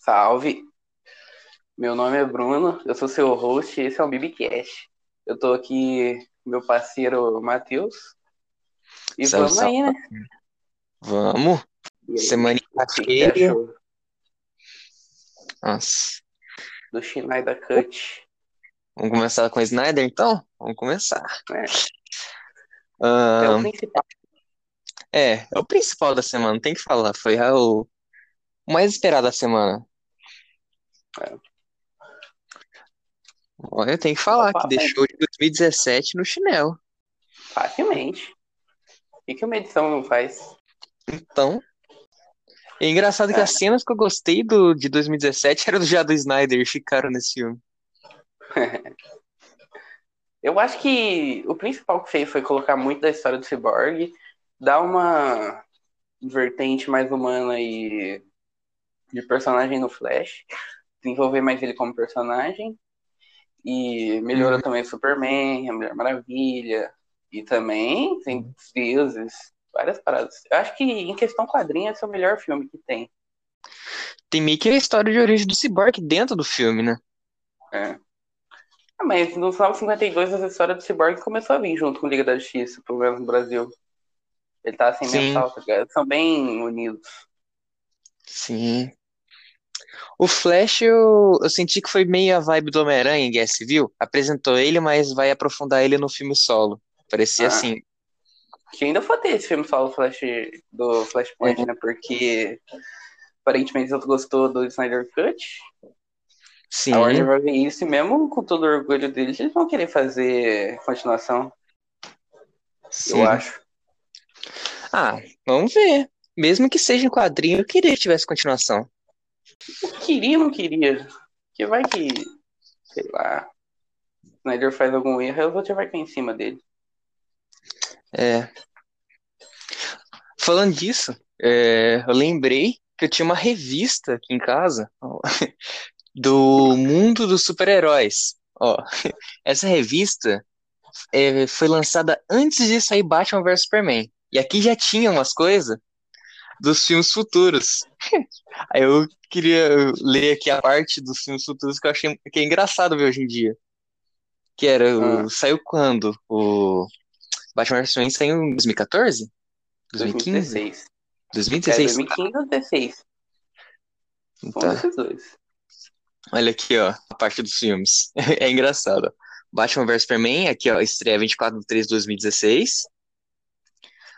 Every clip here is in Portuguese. Salve! Meu nome é Bruno, eu sou seu host e esse é o BBcast. Eu tô aqui com meu parceiro Matheus. E Salve, vamos aí, né? Vamos? E aí, Semana o que que você inteira. achou Nossa. do Schneider Cut. Vamos começar com o Snyder, então? Vamos começar. É. É Ahn, o principal. é, é o principal da semana, tem que falar. Foi a- o o mais esperado da semana. É. Olha, tem que falar que Opa, deixou de 2017 no chinelo. Facilmente. O que, que uma edição não faz? Então, é engraçado que É. as cenas que eu gostei do, de 2017 eram já do Snyder e ficaram nesse filme. Eu acho que o principal que fez foi colocar muito da história do Cyborg, dar uma vertente mais humana e de personagem no Flash, desenvolver mais ele como personagem e melhorou também o Superman, a Mulher Maravilha e também tem os deuses, várias paradas. Eu acho que em questão quadrinha esse é o melhor filme que tem. Tem meio que a história de origem do Cyborg dentro do filme, né? É. Ah, mas no Salmo 52 essa história do Cyborg começou a vir junto com Liga da Justiça, pelo menos no Brasil. Ele tá assim, Sim. mensal, tá ligado? São bem unidos. Sim. O Flash, eu, eu senti que foi meio a vibe do Homem-Aranha em Guerra Civil. Apresentou ele, mas vai aprofundar ele no filme solo. Parecia Ah. assim. Que ainda vou ter esse filme solo Flash, do Flashpoint, né? Porque aparentemente você gostou do Snyder Cut. Sim, A Warner vai ver isso e mesmo com todo o orgulho deles, eles vão querer fazer continuação, sim. eu acho. Ah, vamos ver. Mesmo que seja em quadrinho, eu queria que tivesse continuação. Queria ou não queria? Que vai que, sei lá, Snyder faz algum erro, eu vou tirar aqui em cima dele. É. Falando disso, é, eu lembrei que eu tinha uma revista aqui em casa do mundo dos super-heróis. Ó, essa revista é, foi lançada antes de sair Batman vs Superman. E aqui já tinha umas coisas dos filmes futuros. Aí eu queria ler aqui a parte dos filmes futuros que eu achei que é engraçado ver hoje em dia. Que era, o- saiu quando? O Batman vs Superman saiu em 2014? 2015? 2016. É, 2016? 2015 ou 2016? Um Tá. desses dois. Olha aqui, ó, a parte dos filmes. É engraçado. ó. Batman vs Superman, aqui, ó, estreia 24 de 3 de 2016.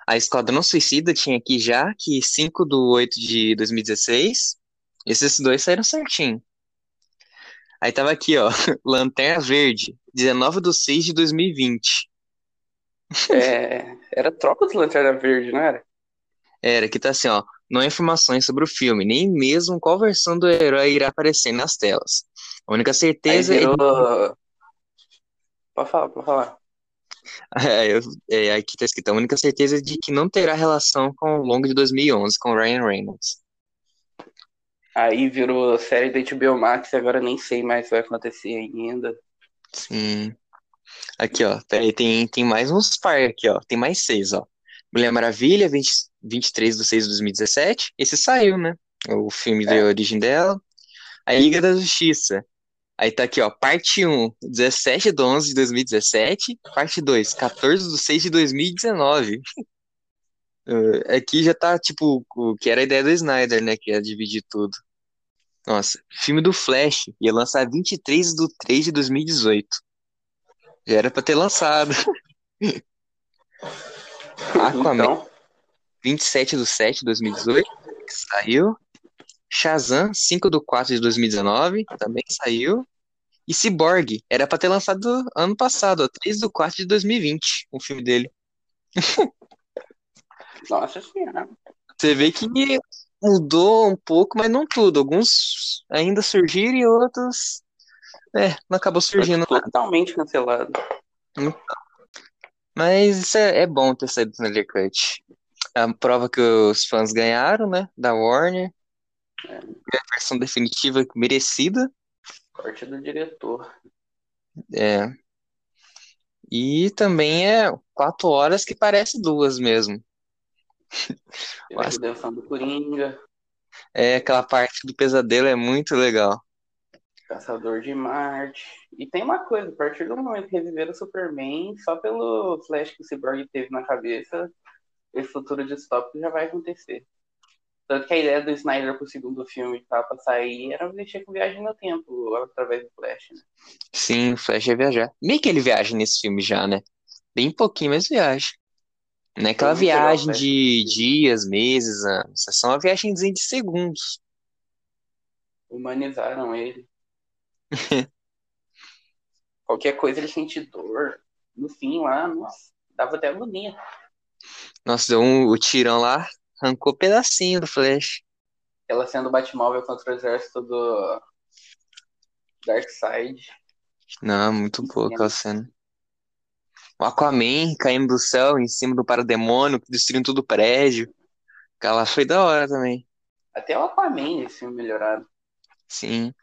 A Esquadrão Suicida tinha aqui já, que 5 de 8 de 2016. Esses dois saíram certinho. Aí tava aqui, ó, Lanterna Verde, 19 de 6 de 2020. É, era troca do Lanterna Verde, não era? Era, aqui tá assim, ó, não há informações sobre o filme, nem mesmo qual versão do herói irá aparecer nas telas. A única Aí certeza é de virou... Pode falar, pode falar. É, eu- é, aqui tá escrito, a única certeza é de que não terá relação com o longo de 2011, com Ryan Reynolds. Aí virou série da HBO Max e agora nem sei mais se vai acontecer ainda. Sim. Aqui, ó, peraí, tem, tem mais uns par aqui, ó, tem mais seis, ó. Mulher Maravilha, 20, 23 de 6 de 2017, esse saiu, né? O filme da É. origem dela. A Liga da Justiça. Aí tá aqui, ó, parte 1, 17 de 11 de 2017, parte 2, 14 de 6 de 2019. Eh, Aqui já tá, tipo, o que era a ideia do Snyder, né? Que ia dividir tudo. Nossa, filme do Flash ia lançar 23 de 3 de 2018. Já era pra ter lançado. Aquaman, Então, 27 de 7 de 2018, que saiu. Shazam, 5 de 4 de 2019, também saiu. E Cyborg, era pra ter lançado ano passado, ó, 3 de 4 de 2020, o filme dele. nossa senhora. Você vê que mudou um pouco, mas não tudo. Alguns ainda surgiram e outros. É, não acabou surgindo. Totalmente cancelado. Mas isso é, é bom ter saído do Snyder Cut. A prova que os fãs ganharam, né? Da Warner. É. A versão definitiva merecida. Corte do diretor. É. E também é quatro horas que parece duas mesmo. Teve a redenção do Coringa. É, aquela parte do pesadelo é muito legal. Caçador de Marte. E tem uma coisa, a partir do momento que reviveram o Superman, só pelo flash que o Cyborg teve na cabeça, esse futuro distópico já vai acontecer. Tanto que a ideia do Snyder pro segundo filme que tava pra sair era mexer com viagem no tempo, através do Flash, né? Sim, o Flash vai viajar. Meio que ele viaja nesse filme já, né? Bem pouquinho, mas viaja. Não é aquela muito legal, né? viagem Flash. de dias, meses, anos. É só uma viagemzinha de segundos. Humanizaram ele. Qualquer coisa ele sente dor. No fim lá, nossa, dava até agonia. Nossa, deu um, o tirão lá, arrancou pedacinho do Flash. Ela sendo Batmóvel contra o exército do Darkseid. Não, muito boa aquela cena. O Aquaman caindo do céu em cima do parademônio, destruindo todo o prédio. Aquela lá foi da hora também. Até o Aquaman nesse filme melhorado. Sim.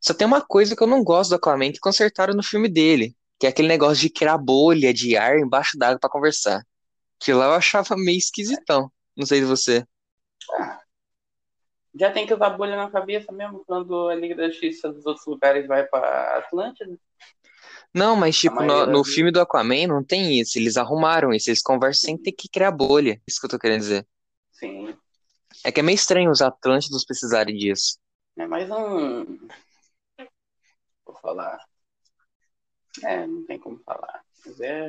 Só tem uma coisa que eu não gosto do Aquaman que consertaram no filme dele, que é aquele negócio de criar bolha de ar embaixo d'água pra conversar. Que lá eu achava meio esquisitão. Não sei de você. Já tem que usar bolha na cabeça mesmo quando a Liga da Justiça dos outros lugares vai pra Atlântida. Não, mas tipo, no, maioria no das filme do Aquaman não tem isso. Eles arrumaram isso. Eles conversam sem ter que criar bolha. é Isso que eu tô querendo dizer. Sim. É que é meio estranho os Atlântidos precisarem disso. É mais um. Vou falar. É, não tem como falar. Mas é.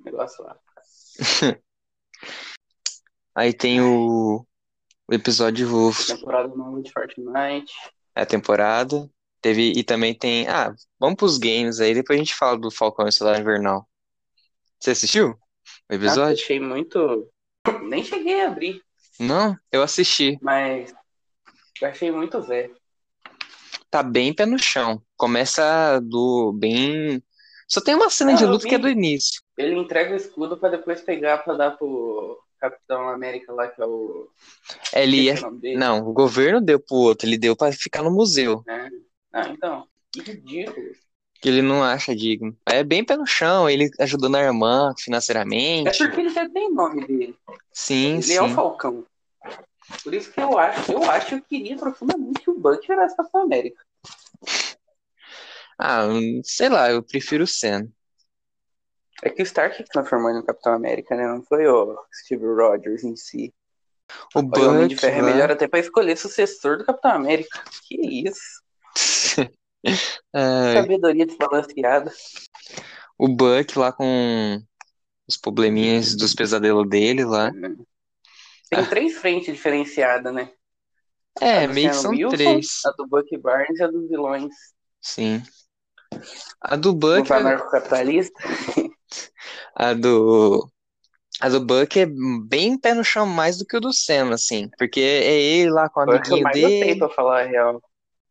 um Negócio lá. Aí tem o, o episódio Temporada é nova de Fortnite. é a temporada. Teve, e também tem. Ah, vamos pros games aí, depois a gente fala do Falcão e o Soldado Invernal. Você assistiu o Nossa, episódio? achei muito. Nem cheguei a abrir, Não, eu assisti. mas. eu achei muito velho. Tá bem pé no chão. Começa do bem. Só tem uma cena Ah, de eu luta que é vi. do início. Ele entrega o escudo pra depois pegar pra dar pro Capitão América lá, que é o. Ele esqueci ia. o nome dele, Não, o governo deu pro outro, ele deu pra ficar no museu, né? Ah, então. Que ridículo. que ele não acha digno. Aí é bem pé no chão, ele ajudando a irmã É financeiramente. porque ele já tem nome dele. Sim, Ele é o sim. Falcão. Por isso que eu acho, eu acho que eu queria profundamente que o Buck virasse Capitão América. Ah, hum, sei lá, eu prefiro o Sam. É que o Stark que transformou ele no Capitão América, né? Não foi o Steve Rogers em si. O O Homem de Buck né? Ferro é lá- melhor até pra escolher sucessor do Capitão América. Que isso. É, Sabedoria desbalanceada. o Buck lá com os probleminhas dos pesadelos dele lá. Tem três frentes diferenciadas, né? É, A Ah, do meio que Sam são Wilson, três. A do Buck Barnes e a dos vilões. Sim. A do Os Buck, é anarcocapitalistas. a do a do Buck é bem pé no chão mais do que o do Sam, assim, porque é ele lá com o Foi o que eu amiguinho mais gostei, dele. pra falar a real.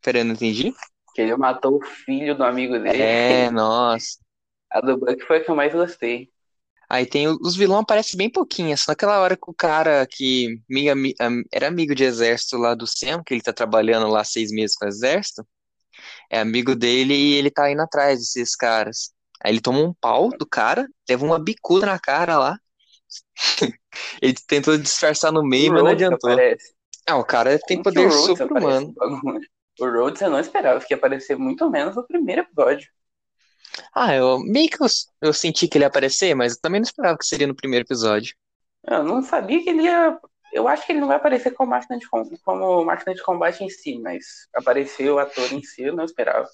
Peraí, eu não entendi? Que ele matou o filho do amigo dele. É, nossa. A do Buck foi a que eu mais gostei. Aí tem o- os vilões aparecem bem pouquinho, é só naquela hora que o cara que mi- ami- am- era amigo de exército lá do Sam, que ele tá trabalhando lá seis meses com o exército, é amigo dele e ele tá indo atrás desses caras. Aí ele toma um pau do cara, leva uma bicuda na cara lá. Ele tentou disfarçar no meio, mas não Rhodes adiantou. aparece. Ah, o cara tem Como que poder o Rhodes aparece super-humano. no bagulho? O Rhodes eu não esperava que ia aparecer muito menos no primeiro episódio. Ah, eu meio que eu, eu senti que ele ia aparecer, mas eu também não esperava que seria no primeiro episódio. Eu não sabia que ele ia. Eu acho que ele não vai aparecer como máquina de, com- como máquina de combate em si, mas apareceu o ator em si, eu não esperava. Tá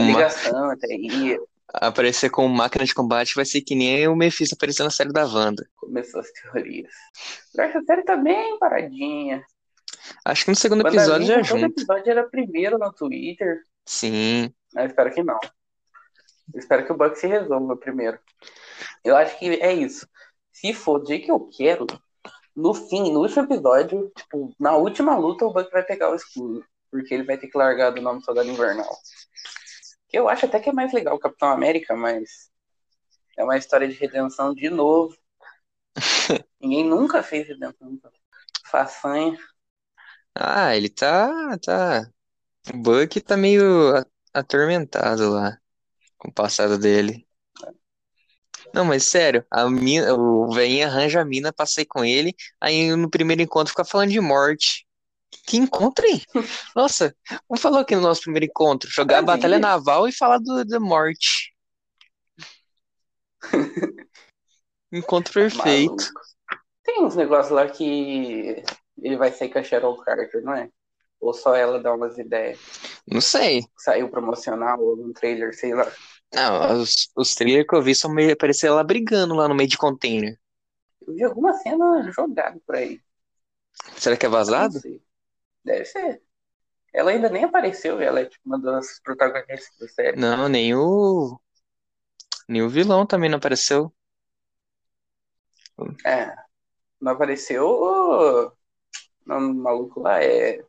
Uma, Ligação até aí, aparecer com máquina de combate vai ser que nem o Mephisto apareceu na série da Wanda. começou as teorias. Mas essa série tá bem paradinha. Acho que no segundo Quando episódio já é todo junto. episódio era primeiro no Twitter. Sim. Eu espero que não. Eu espero que o bug se resolva primeiro. Eu acho que é isso. Se for do jeito que eu quero, no fim, no último episódio, tipo, na última luta, o Buck vai pegar o escudo. Porque ele vai ter que largar do nome Soldado Invernal. Que eu acho até que é mais legal o Capitão América, mas é uma história de redenção de novo. Ninguém nunca fez redenção. Façanha. Ah, ele tá, tá. O Buck tá meio a- atormentado lá com o passado dele. Não, mas sério, a mina, o velhinho arranja a mina, passei com ele, aí no primeiro encontro fica falando de morte. Que encontro, hein? Nossa, vamos falar aqui no nosso primeiro encontro, jogar a Maravilha. batalha naval e falar do, da morte. Encontro perfeito. Tá Maluco. Tem uns negócios lá que ele vai sair com a Sharon Carter, não é? Ou só ela dá umas ideias. Não sei. Saiu promocional ou um trailer, sei lá. Não, os, os trailers que eu vi são meio parecia ela brigando lá no meio de container. Eu vi alguma cena jogada por aí. Será que é vazado? Não sei. Deve ser. Ela ainda nem apareceu, ela é tipo uma das protagonistas da série. Não, nem o. Nem o vilão também não apareceu. Hum. É. Não apareceu o nome do maluco lá, é.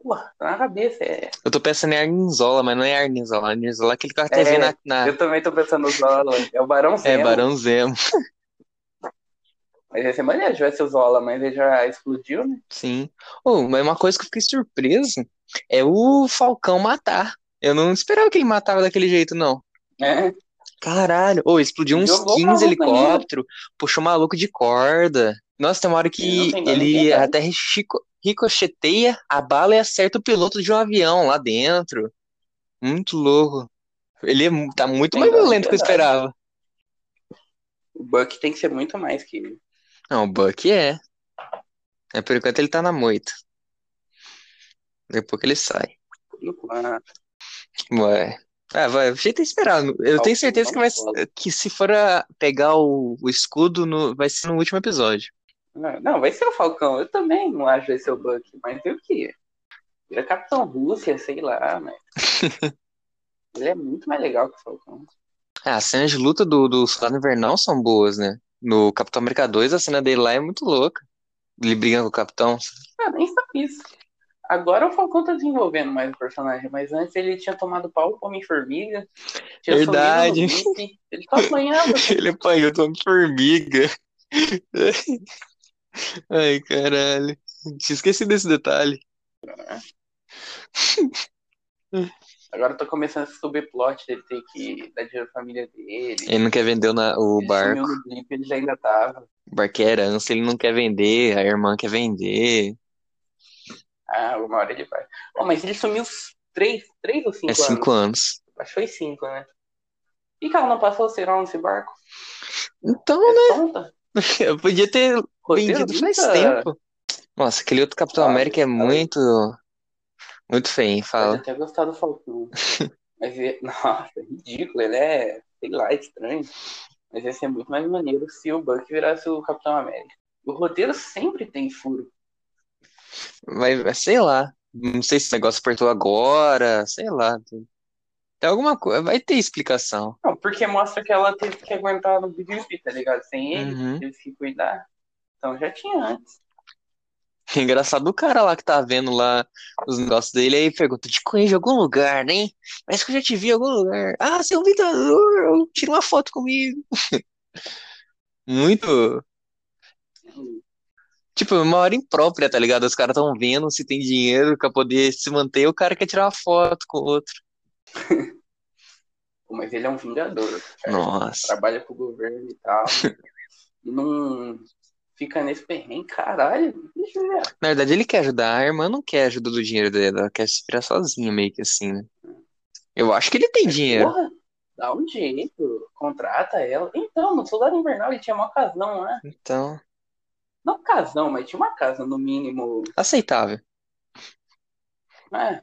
Porra, tá na cabeça, é. Eu tô pensando em Arnizola, mas não é Arnizola. Arnizola é aquele que teve É, na, na- Eu também tô pensando no Zola. É o Barão Ah. É, Zemo. Barão Zemo. Mas ia ser maneiro se tivesse o Zola, mas ele já explodiu, né? Sim. Oh, mas uma coisa que eu fiquei surpreso é o Falcão matar. Eu não esperava que ele matava daquele jeito, não. É. Caralho. Ou explodiu uns Jogou o 15 maluco ainda. helicópteros, puxou o maluco de corda. Nossa, tem uma hora Ele é não que tem nada de ele errado. até rico- ricocheteia a bala e acerta o piloto de um avião lá dentro. Muito louco. Ele é mu- tá muito Tem mais nada de violento que eu errado. esperava. O Buck tem que ser muito mais que ele. Não, o Buck é. É por enquanto ele tá na moita. Depois que ele sai. Por enquanto. Ué. Ah, vai, achei que esperar. Tá Eu tenho certeza que vai que se for a pegar o, o escudo, no, vai ser no último episódio. Não, não, vai ser o Falcão. Eu também não acho esse o Buck, mas tem o que? Ele é Capitão Rússia, sei lá, mas. ele é muito mais legal que o Falcão. Ah, as cenas de luta do, do Soldado Invernal são boas, né? No Capitão América 2, a cena dele lá é muito louca. Ele brigando com o Capitão. Ah, nem sabia isso. Agora o Falcão tá desenvolvendo mais o personagem, mas antes ele tinha tomado pau com Homem-Formiga. Tinha sumido no Verdade. Mickey. Ele tá apanhando. Ele apanhou do Homem-Formiga. Ai, caralho. Tinha esquecido desse detalhe. Agora eu tô começando esse subplot dele ter que dar dinheiro pra família dele. Ele não quer vender o, na- É, o Ele barco. sumiu no blip, ele já ainda tava. O barco é herança, ele não quer vender, a irmã quer vender. Ah, uma hora ele vai. Ó, mas ele sumiu uns três, três ou cinco É cinco anos. anos? Acho que foi cinco, né? E que ela não passou o serão nesse barco? Então, É tonta. eu podia ter Roteiro vendido faz nunca- tempo. Nossa, aquele outro Capitão Fala, América é fala. muito. Muito feio, hein? Pode Fala. até gostar do Falcão. Mas, ele- nossa, é ridículo. Ele é, sei lá, estranho. Mas ia ser muito mais maneiro se o Buck virasse o Capitão América. O roteiro sempre tem furo. Vai, vai- sei lá. Não sei se esse negócio apertou agora, sei lá. Tem alguma coisa. Vai ter explicação. Não, porque mostra que ela teve que aguentar no Big tá ligado? Sem ele, Uhum. teve que cuidar. Então já tinha antes. Engraçado o cara lá que tá vendo lá os negócios dele aí pergunta: te conheço de algum lugar, né? Parece que eu já te vi em algum lugar. Ah, você é um ditador, tira uma foto comigo. Muito. né? Tipo, é uma hora imprópria, tá ligado? Os caras tão vendo se tem dinheiro pra poder se manter, o cara quer tirar uma foto com o outro. Pô, Mas ele é um vingador. cara. Nossa. Trabalha pro governo e tal. não fica nesse perrengue, caralho. né? Deixa eu ver. Na verdade, ele quer ajudar, a irmã não quer ajuda do dinheiro dela, ela quer se virar sozinha, meio que assim, né? Eu acho que ele tem dinheiro. Porra, dá um jeito. Contrata ela. Então, no soldado invernal ele tinha uma casão lá. Então, Não casão, mas tinha uma casa no mínimo. aceitável. É.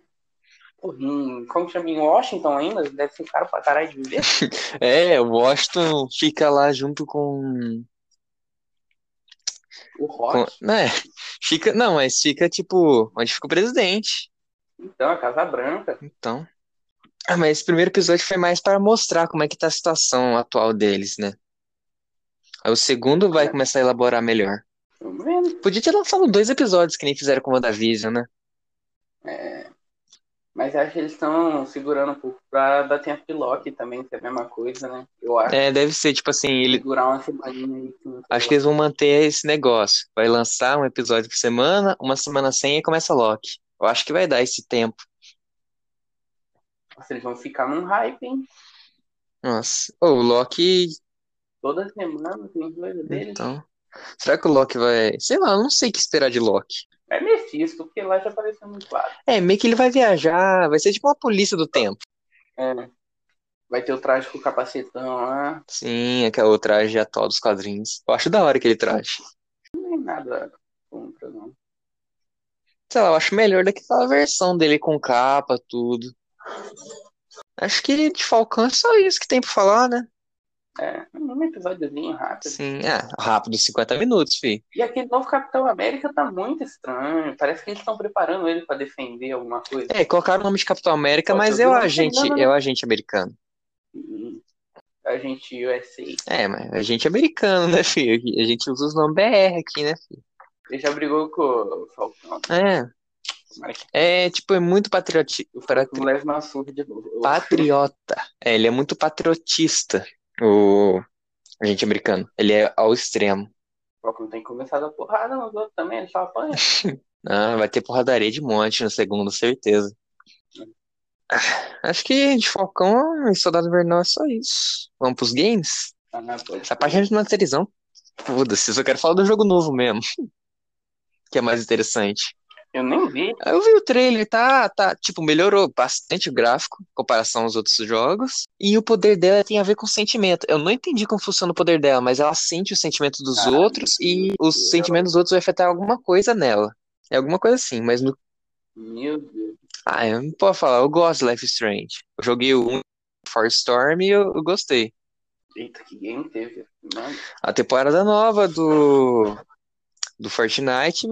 Porra, em- como que chama? Em Washington ainda? Deve ser caro pra caralho de viver. É, o Washington fica lá junto com. O com Rock. né? Fica. Não, mas fica tipo. Onde fica o presidente. Então, a Casa Branca. Então. Ah, mas esse primeiro episódio foi mais pra mostrar como é que tá a situação atual deles, né? Aí o segundo vai começar a elaborar melhor. Vamos vendo. Podia ter lançado dois episódios, que nem fizeram com o WandaVision, né? Mas acho que eles estão segurando um pouco pra dar tempo de Loki também, que é a mesma coisa, né? Eu acho. É, deve ser, tipo assim, ele... Segurar uma semaninha aí. que não tem acho que eles vão manter esse negócio. Vai lançar um episódio por semana, uma semana sem e começa Loki. Eu acho que vai dar esse tempo. Nossa, eles vão ficar num hype, hein? Nossa. Ô, o Loki. Toda semana tem coisa dele. Então. Será que o Loki vai. Sei lá, eu não sei o que esperar de Loki. É Mephisto, porque lá já apareceu no quadro. É, meio que ele vai viajar, vai ser tipo uma polícia do tempo. É. Vai ter o traje com o capacetão lá. Sim, aquela o traje atual dos quadrinhos. Eu acho da hora aquele traje. Não tem nada contra, não. Sei lá, eu acho melhor daquela versão dele com capa, tudo. Acho que de Falcão é só isso que tem pra falar, né? É, um episódiozinho rápido. Sim, é, rápido, 50 minutos, fi. E aquele novo Capitão América tá muito estranho. Parece que eles estão preparando ele pra defender alguma coisa. É, colocaram o nome de Capitão América, Pô, mas eu é o vi, agente, não, não, não. é o agente americano. Hum. A gente USA. É, mas a gente é americano, né, filho? A gente usa os nomes BR aqui, né? Ele já brigou com o Falcão. É, Tomara que é tipo, é muito patrioti... patri- não leve no assunto de novo. patriota. É, ele é muito patriotista, o agente americano. Ele é ao extremo. O Falcão tem começado a porrada nos outros também, ele só apanha. Ah, vai ter porradaria de monte no segundo, certeza. Ah, Acho que de Falcão e Soldado Invernal é só isso. Vamos pros games? Ah, não, pode Essa página é de materizão. Foda-se, eu só quero falar do jogo novo mesmo. Que é mais interessante. Eu nem vi. Ah, Eu vi o trailer, tá, tá, tipo, melhorou bastante o gráfico em comparação aos outros jogos. E o poder dela tem a ver com sentimento. Eu não entendi como funciona o poder dela, mas ela sente os sentimentos dos Ah, outros e os meu. sentimentos dos outros vai afetar alguma coisa nela. É alguma coisa assim, mas no. Meu Deus. Ah, eu não posso falar, eu gosto de Life is Strange. Eu joguei o 1 Firestorm e eu, eu gostei. Eita, que game teve. Mano, A temporada nova do. do Fortnite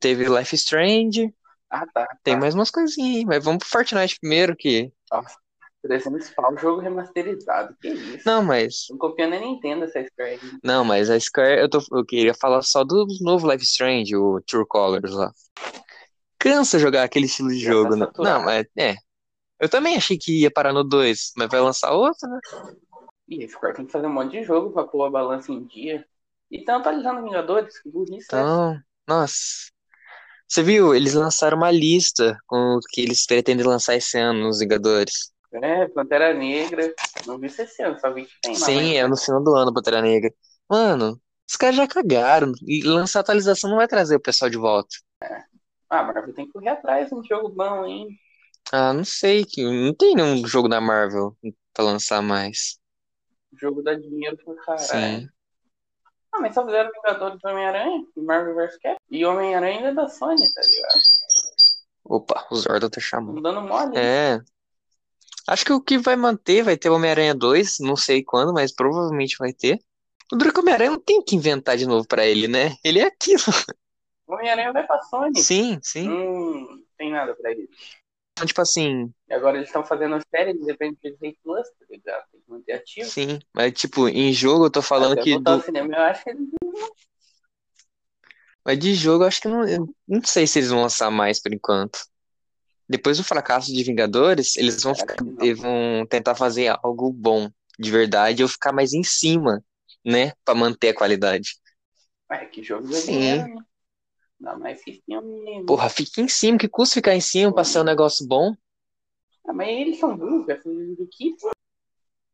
teve Life is Strange. ah tá. Tem tá. mais umas coisinhas aí, mas vamos pro Fortnite primeiro que. Nossa, 300 pau, jogo remasterizado. Que isso? Não, mas. Não copiando a Nintendo essa Square. Não, mas a Square, eu, tô, eu queria falar só do novo Life is Strange, o True Colors lá. Cansa jogar aquele estilo de Já tá jogo, não. saturado. Não, mas é. Eu também achei que ia parar no 2, mas vai lançar outro, né? E a Square tem que fazer um monte de jogo pra pôr a balança em dia. E estão atualizando Vingadores, que burrice. é essa? Então, nossa. Você viu? Eles lançaram uma lista com o que eles pretendem lançar esse ano nos Vingadores. É, Pantera Negra. Não vi se esse ano, só vi que tem lá. Sim, é no final do ano, Pantera Negra. Mano, os caras já cagaram. E lançar atualização não vai trazer o pessoal de volta. Ah, Marvel tem que correr atrás de um jogo bom, hein? Ah, não sei, que não tem nenhum jogo da Marvel pra lançar mais. O jogo dá dinheiro pro caralho. Sim. Ah, mas só fizeram Vingadores do Homem-Aranha, Marvel vs. Cap. E Homem-Aranha ainda é da Sony, tá ligado? Opa, o Zordon tá Não chamando. dando mole. né? hein? É. Acho que o que vai manter vai ter o Homem-Aranha 2, não sei quando, mas provavelmente vai ter. O duro que o Homem-Aranha não tem que inventar de novo pra ele, né? Ele é aquilo. Homem-Aranha vai pra Sony. Sim, Uhum. sim. Hum, tem nada pra ele. Então, tipo assim, E agora eles estão fazendo a série de Depende de Disney Plus, tá ligado? Tem que manter ativo. sim. Mas, tipo, em jogo É, eu tô falando Até que. voltar ao do- cinema, eu acho que eles Mas de jogo eu acho que não. eu não sei se eles vão lançar mais por enquanto. Depois do fracasso de Vingadores, eles vão Acho ficar. que assim, não. Eles vão tentar fazer algo bom, de verdade, ou ficar mais em cima, né? Pra manter a qualidade. É, que jogo dá Sim. dinheiro, né? Dá mais que filme. Porra, fica em cima, que custa ficar em cima pra ser um negócio bom? Ah, mas eles são burros, é filme do que?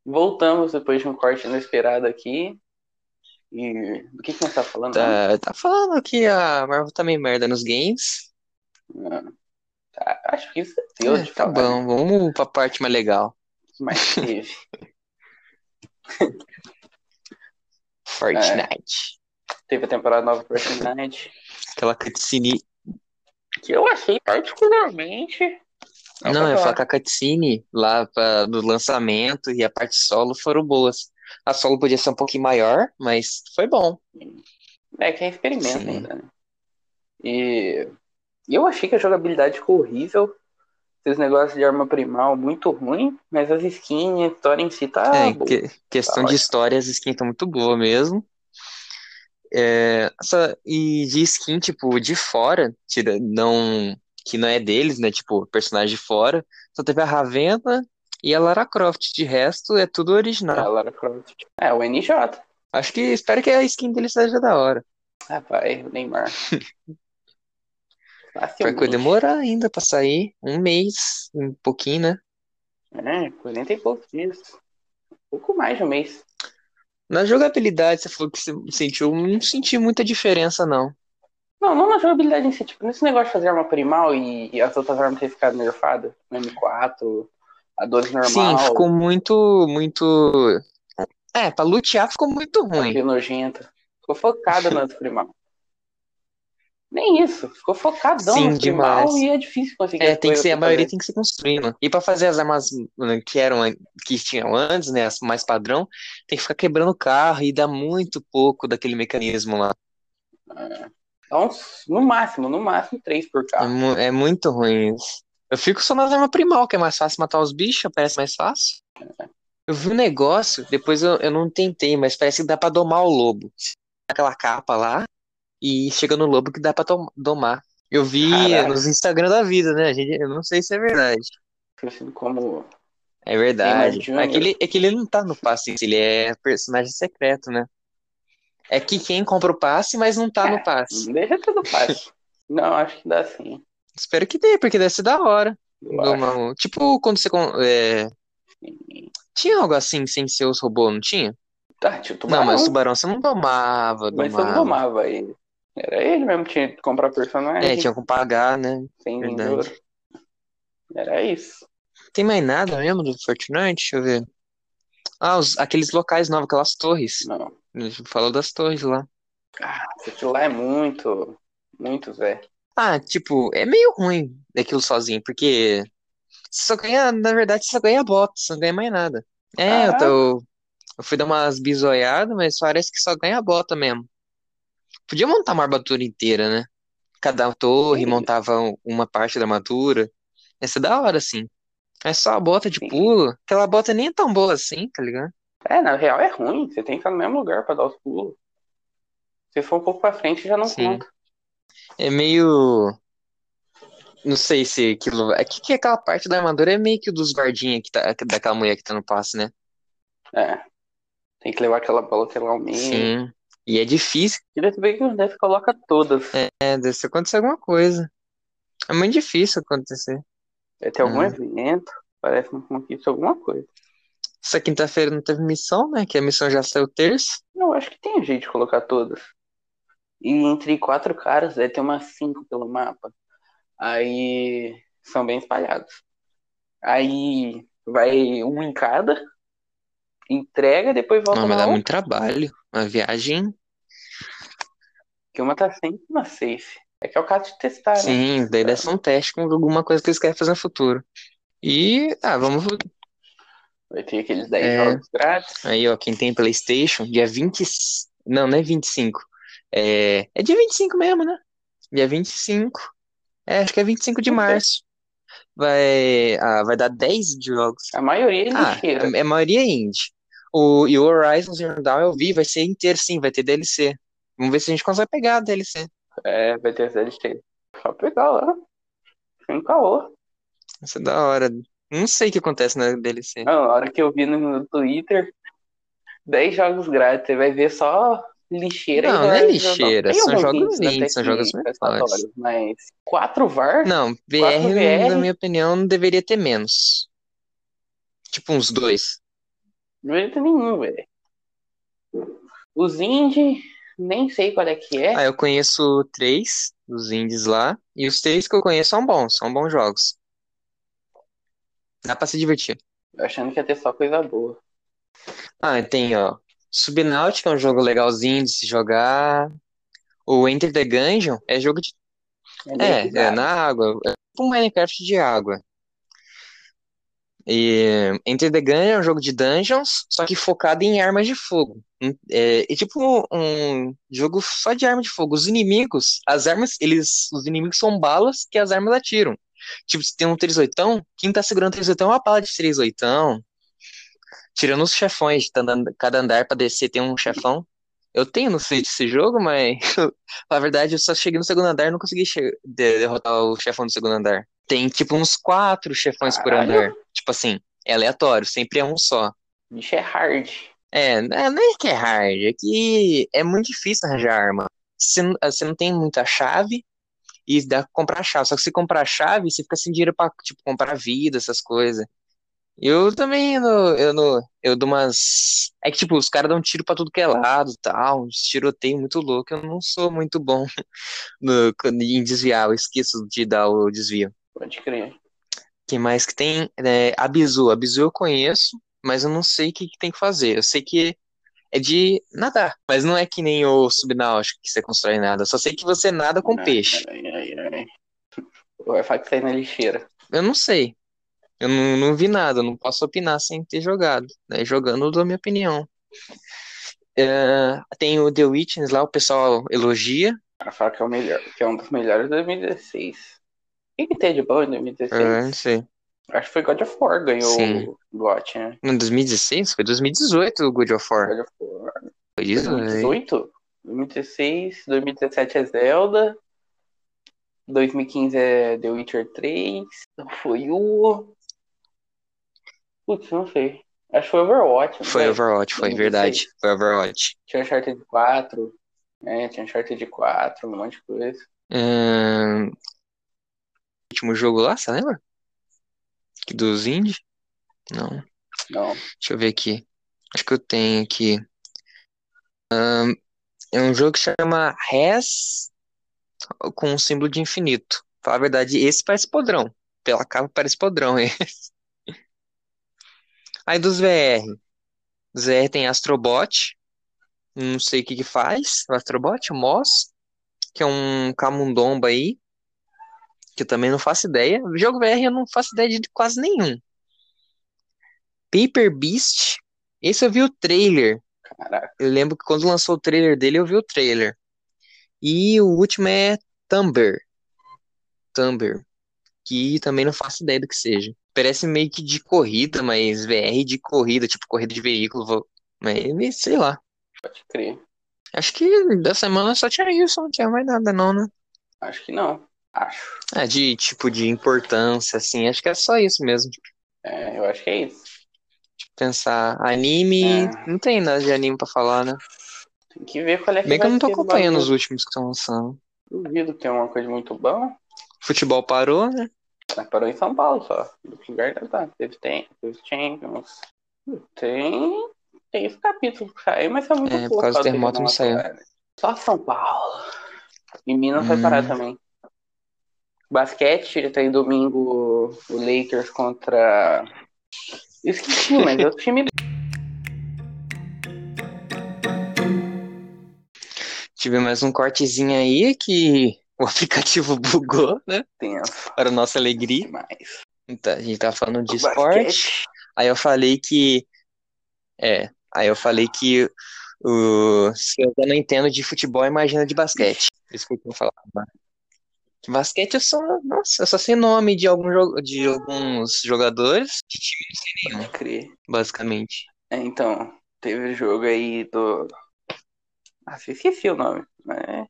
Voltamos depois de um corte inesperado aqui. E do que, que nós tá falando? Tá, tá falando que a Marvel tá meio merda nos games. Ah, tá, acho que isso é teu É, de tá falar. bom, vamos pra parte mais legal. Mas teve. Fortnite. teve a temporada nova do Fortnite. Aquela cutscene. Que eu achei particularmente. É Não, é eu ia falar que a cutscene lá pra, do lançamento e a parte solo foram boas. A solo podia ser um pouquinho maior, mas foi bom. É que é experimento Sim. ainda, né? E e eu achei que a jogabilidade ficou horrível. Esses negócios de arma primal muito ruim, mas as skins, a história em si tá É, boa. que- questão Tá de ótimo. história, as skins estão muito boas mesmo. É, essa- e de skin, tipo, de fora, tira, não, que não é deles, né? Tipo, personagem de fora. Só teve a Ravenna e a Lara Croft. De resto, é tudo Ah, original. Lara Croft. É, o NJ. Acho que, espero que a skin deles seja da hora. Ah, vai, o Neymar. Pior que vai Facilmente. demorar ainda pra sair. Um mês, um pouquinho, né? É, 40 e poucos dias. pouco mais de um mês. Na jogabilidade, você falou que você sentiu, não senti muita diferença, não. Não, não na jogabilidade em si, tipo, nesse negócio de fazer arma primal e, e as outras armas ter ficado nerfadas, no M4, a 12 normal, Sim, ficou muito, muito. É, pra lutear ficou muito a ruim. P nojenta. Ficou focada nas primal. Nem isso, ficou focadão Sim, nas primal demais. e é difícil conseguir É, as tem que coisas ser, a pra maioria fazer. tem que ser construindo. E pra fazer as armas né, que eram an- que tinham antes, né, as mais padrão, tem que ficar quebrando o carro e dá muito pouco daquele mecanismo lá. Então, no máximo, no máximo, três por É, carro. mu- é muito ruim isso. Eu fico só nas armas primal, que é mais fácil matar os bichos, parece mais fácil. Eu vi um negócio, depois eu, eu não tentei, mas parece que dá pra domar o lobo. Aquela capa lá, e chega no lobo que dá pra tom- domar. Eu vi Caraca. nos Instagram da vida, né? A gente, eu não sei se é verdade. Conhecido tipo assim, como. É verdade. Neymar Júnior. Aquele, é que ele não tá no passe, em si, ele é personagem secreto, né? É que quem compra o passe, mas não tá no passe. Deixa tudo fácil. Não, acho que dá sim. Espero que dê, porque deve ser da hora. Eu Do acho. mal. Tipo, quando você. com- é, Sim. Tinha algo assim sem ser os robôs, não tinha? Tá, tinha o Não, tubarão. mas tubarão você não domava, Mas você não domava. domava ele. Era ele mesmo que tinha que comprar personagem. É, tinha que pagar, né? sem verdade. ouro. Era isso. Tem mais nada mesmo do Fortnite? Deixa eu ver. Ah, os- aqueles locais novos, aquelas torres. Não. Falou das torres lá. Isso aqui lá é muito. Muito, Zé. Ah, tipo, é meio ruim aquilo sozinho, porque você só ganha, na verdade, você só ganha bota, você não ganha mais nada. É, eu, tô- eu fui dar umas bisoiadas, mas parece que só ganha bota mesmo. Podia montar uma armadura inteira, né? Cada torre Sim. montava um- uma parte da armadura. Ia ser da hora, assim. Mas só a bota de Sim. pulo, aquela bota nem é tão boa assim, tá ligado? É, na real é ruim. Você tem que estar no mesmo lugar pra dar os pulos. Se for um pouco pra frente, já não Sim. conta. É meio. Não sei se aquilo. É que, que aquela parte da armadura é meio que dos guardinhas que tá, daquela mulher que tá no passe, né? É. Tem que levar aquela bola até lá ao meio. Sim. E é difícil, Queria saber que o Def coloca todas. É. né? Deve ser acontecer alguma coisa. É muito difícil acontecer. Tem algum Ah. evento. Parece uma conquista, alguma coisa. Essa quinta-feira não teve missão, né? Que a missão já saiu terça. Eu acho que tem jeito de colocar todas. E entre quatro caras, deve ter umas cinco pelo mapa. Aí são bem espalhados. Aí vai um em cada, entrega, depois volta Não, mas na dá outra. muito trabalho. Uma viagem. Porque uma tá sempre na safe. É que é o caso de testar, né? Sim, daí deve ser um teste com alguma coisa que eles querem fazer no futuro. E, ah, vamos. Vai ter aqueles 10 É. jogos grátis. Aí, ó, quem tem PlayStation, dia 20. e- Não, não é 25. É, é dia 25 mesmo, né? Dia 25. É, acho que é 25 de Não sei. março. Vai, ah, vai dar 10 jogos. A maioria ele Ah, tira. é, é a maioria é indie. O, e o Horizon Zero Dawn eu vi, vai ser inteiro sim, vai ter DLC. Vamos ver se a gente consegue pegar a DLC. É, vai ter as DLC. Só pegar lá. Sem caô. Vai ser é da hora. Não sei o que acontece na DLC. Não, na hora que eu vi no, no Twitter, 10 jogos grátis. Você vai ver só lixeira. Não, e não é vai- lixeira, Tem são alguns jogos indies até indies, são que jogos menores. satisfatórios, Mas 4 VAR? Não, Quatro VR, VR? na minha opinião, não deveria ter menos. Tipo, uns dois. Não jeito nenhum, velho. Os indie, nem sei qual é que é. Ah, eu conheço três dos indies lá, e os três que eu conheço são bons, são bons jogos. Dá pra se divertir. Eu achando que ia ter só coisa boa. Ah, tem, ó, Subnautica é um jogo legalzinho de se jogar. O Enter the Gungeon é jogo de... É, é na água. É tipo um Minecraft de água. E Enter the Gungeon é um jogo de dungeons, só que focado em armas de fogo. É, é tipo um, um jogo só de arma de fogo. Os inimigos, as armas, eles, os inimigos são balas que as armas atiram. Tipo, se tem um 38, quem tá segurando o 38 é uma bala de 38. Tirando os chefões, tá andando- cada andar pra descer tem um chefão. Eu tenho no Switch esse jogo, mas na verdade eu só cheguei no segundo andar e não consegui che- de- derrotar o chefão do segundo andar. Tem tipo uns quatro chefões por Caralho. andar. Tipo assim, é aleatório, sempre é um só. O bicho é hard. É, né, não é que é hard, é que é muito difícil arranjar arma. Você não, você não tem muita chave e dá pra comprar chave. Só que se comprar chave, você fica sem dinheiro pra, tipo, comprar vida, essas coisas. Eu também, eu, não- eu, não- eu dou umas. É que, tipo, os caras dão tiro pra tudo que é lado e tal, uns tiroteio muito louco. Eu não sou muito bom no, em desviar, eu esqueço de dar o desvio. Pode crer. que mais que tem? É, a Bizu. A Bizu eu conheço, mas eu não sei o que, que tem que fazer. Eu sei que é de nadar, mas não é que nem o subnáutico que você constrói nada. Eu só sei que você nada com Ai, peixe. ai, ai, ai. Vai falar que sai na é lixeira. Eu não sei. Eu não, não vi nada, eu não posso opinar sem ter jogado. né? Jogando, eu dou a minha opinião. É, tem o The Witness lá, o pessoal elogia. Ela fala que é o melhor, que é um dos melhores de 2016. O que, que tem de bom em 2016? É, não sei. Acho que foi God of War ganhou Sim. o GOT, né? Em 2016? Foi 2018 o God of War. God of War. Foi isso? né? velho? 2018? 2016, 2017 é Zelda. 2015 é The Witcher 3. Foi o. Putz, não sei. Acho que foi Overwatch. não Foi Overwatch, foi 2016. verdade. Foi Overwatch. Tinha Uncharted 4. É, tinha Uncharted 4, um monte de coisa. Ahn, último jogo lá, você lembra? Que Dos indie? Não, Não. deixa eu ver aqui. Acho que eu tenho aqui. Ahn, é um jogo que chama Res com um símbolo de infinito. Falar a verdade, esse parece podrão. Pela capa parece podrão, hein? Aí dos VR. Dos VR tem Astrobot. Não sei o que que faz. O Astrobot, o Moss, que é um camundongo aí. que eu também não faço ideia. Jogo VR eu não faço ideia de quase nenhum. Paper Beast, esse eu vi o trailer. Caraca. Eu lembro que quando lançou o trailer dele, eu vi o trailer. E o último é Tumblr. Tumblr, que também não faço ideia do que seja. Parece meio que de corrida, mas VR de corrida, tipo corrida de veículo, vou- mas sei lá. Pode crer. Acho que da semana só tinha isso, não tinha mais nada não, né? Acho que não. Acho. Ah, de tipo de importância assim, acho que é só isso mesmo. É, eu acho que é isso. pensar. Anime, É. não tem nada de anime pra falar, né? Tem que ver qual é que Bem que vai eu não tô ser do acompanhando os bagulho. últimos que estão lançando. Duvido que tenha uma coisa muito boa. Futebol parou, né? Mas Tá, parou em São Paulo só. Do lugar deve estar. Teve, tem, teve Champions. Tem. Tem esse capítulo que saiu, mas é muito É, por pouco causa pra do terremoto não terminar uma saiu. temporada. Só São Paulo. E Minas vai Hum. parar também. Basquete, tem domingo o Lakers contra. Esqueci, mas é o time. Tive mais um cortezinho aí que o aplicativo bugou, né? Tenso Para nossa alegria. demais. Então, a gente tá falando de Basquete. esporte. Aí eu falei que. É. Aí eu falei que o... se eu não entendo de futebol, imagina de basquete. Isso que eu tinha falado. né? Basquete eu só. Nossa, eu só sei nome de, algum jogo... de alguns jogadores. De time eu não sei nenhum. Pode crer. basicamente. É, então, teve o jogo aí do. Ah, esqueci o nome, mas.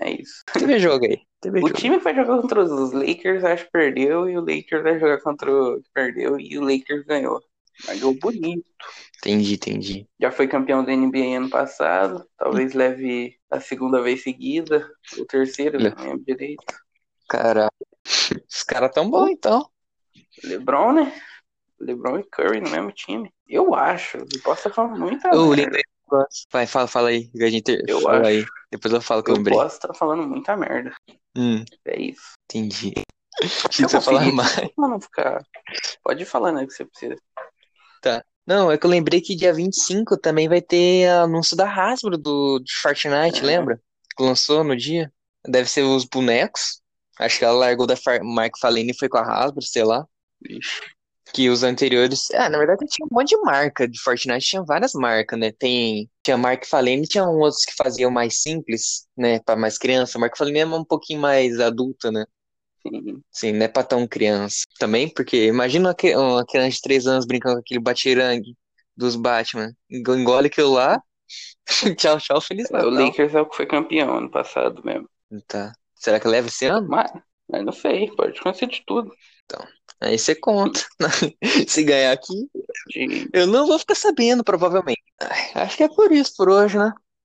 É isso. Teve jogo aí. Teve O jogo. time que vai jogar contra os Lakers, acho que perdeu, e o Lakers vai jogar contra o que perdeu, e o Lakers ganhou. Ganhou bonito. Entendi, entendi. Já foi campeão da NBA ano passado, talvez leve a segunda vez seguida, ou terceira, Le- não lembro direito. Caralho. Os caras tão bons, então. LeBron, né? LeBron e Curry no mesmo time. Eu acho, não posso estar falando muita Eu merda. lembrei. Vai, fala, fala aí. que a gente- Eu fala acho. aí. Depois eu falo que eu Eu lembrei. posso estar falando muita merda. Hum, É isso. entendi. Eu Achei que você ia falar consegui. mais. Pra não ficar. Pode falar, né, que você precisa. Não, é que eu lembrei que dia 25 também vai ter anúncio da Hasbro do, de Fortnite, É. lembra? Que lançou no dia. Deve ser os bonecos. Acho que ela largou da Far- Mark Falene e foi com a Hasbro, sei lá. Ixi, que os anteriores. Ah, na verdade tinha um monte de marca de Fortnite, tinha várias marcas, né? Tem, tinha Mark Falene, tinha outros que faziam mais simples, né? Pra mais criança. Mark Falene é um pouquinho mais adulta, né? sim. Sim, não é pra tão criança. Também, porque imagina uma cri- uma criança de 3 anos brincando com aquele batirangue dos Batman. Engo- Engole aquilo lá. Tchau, tchau, Feliz É, O Natal. Lakers é o que foi campeão ano passado mesmo. Tá. Será que leva esse ano? Mas, mas não sei, pode acontecer de tudo. Aí você conta. Se ganhar aqui, De... eu não vou ficar sabendo, provavelmente. Ai, Acho que é por isso, por hoje, né?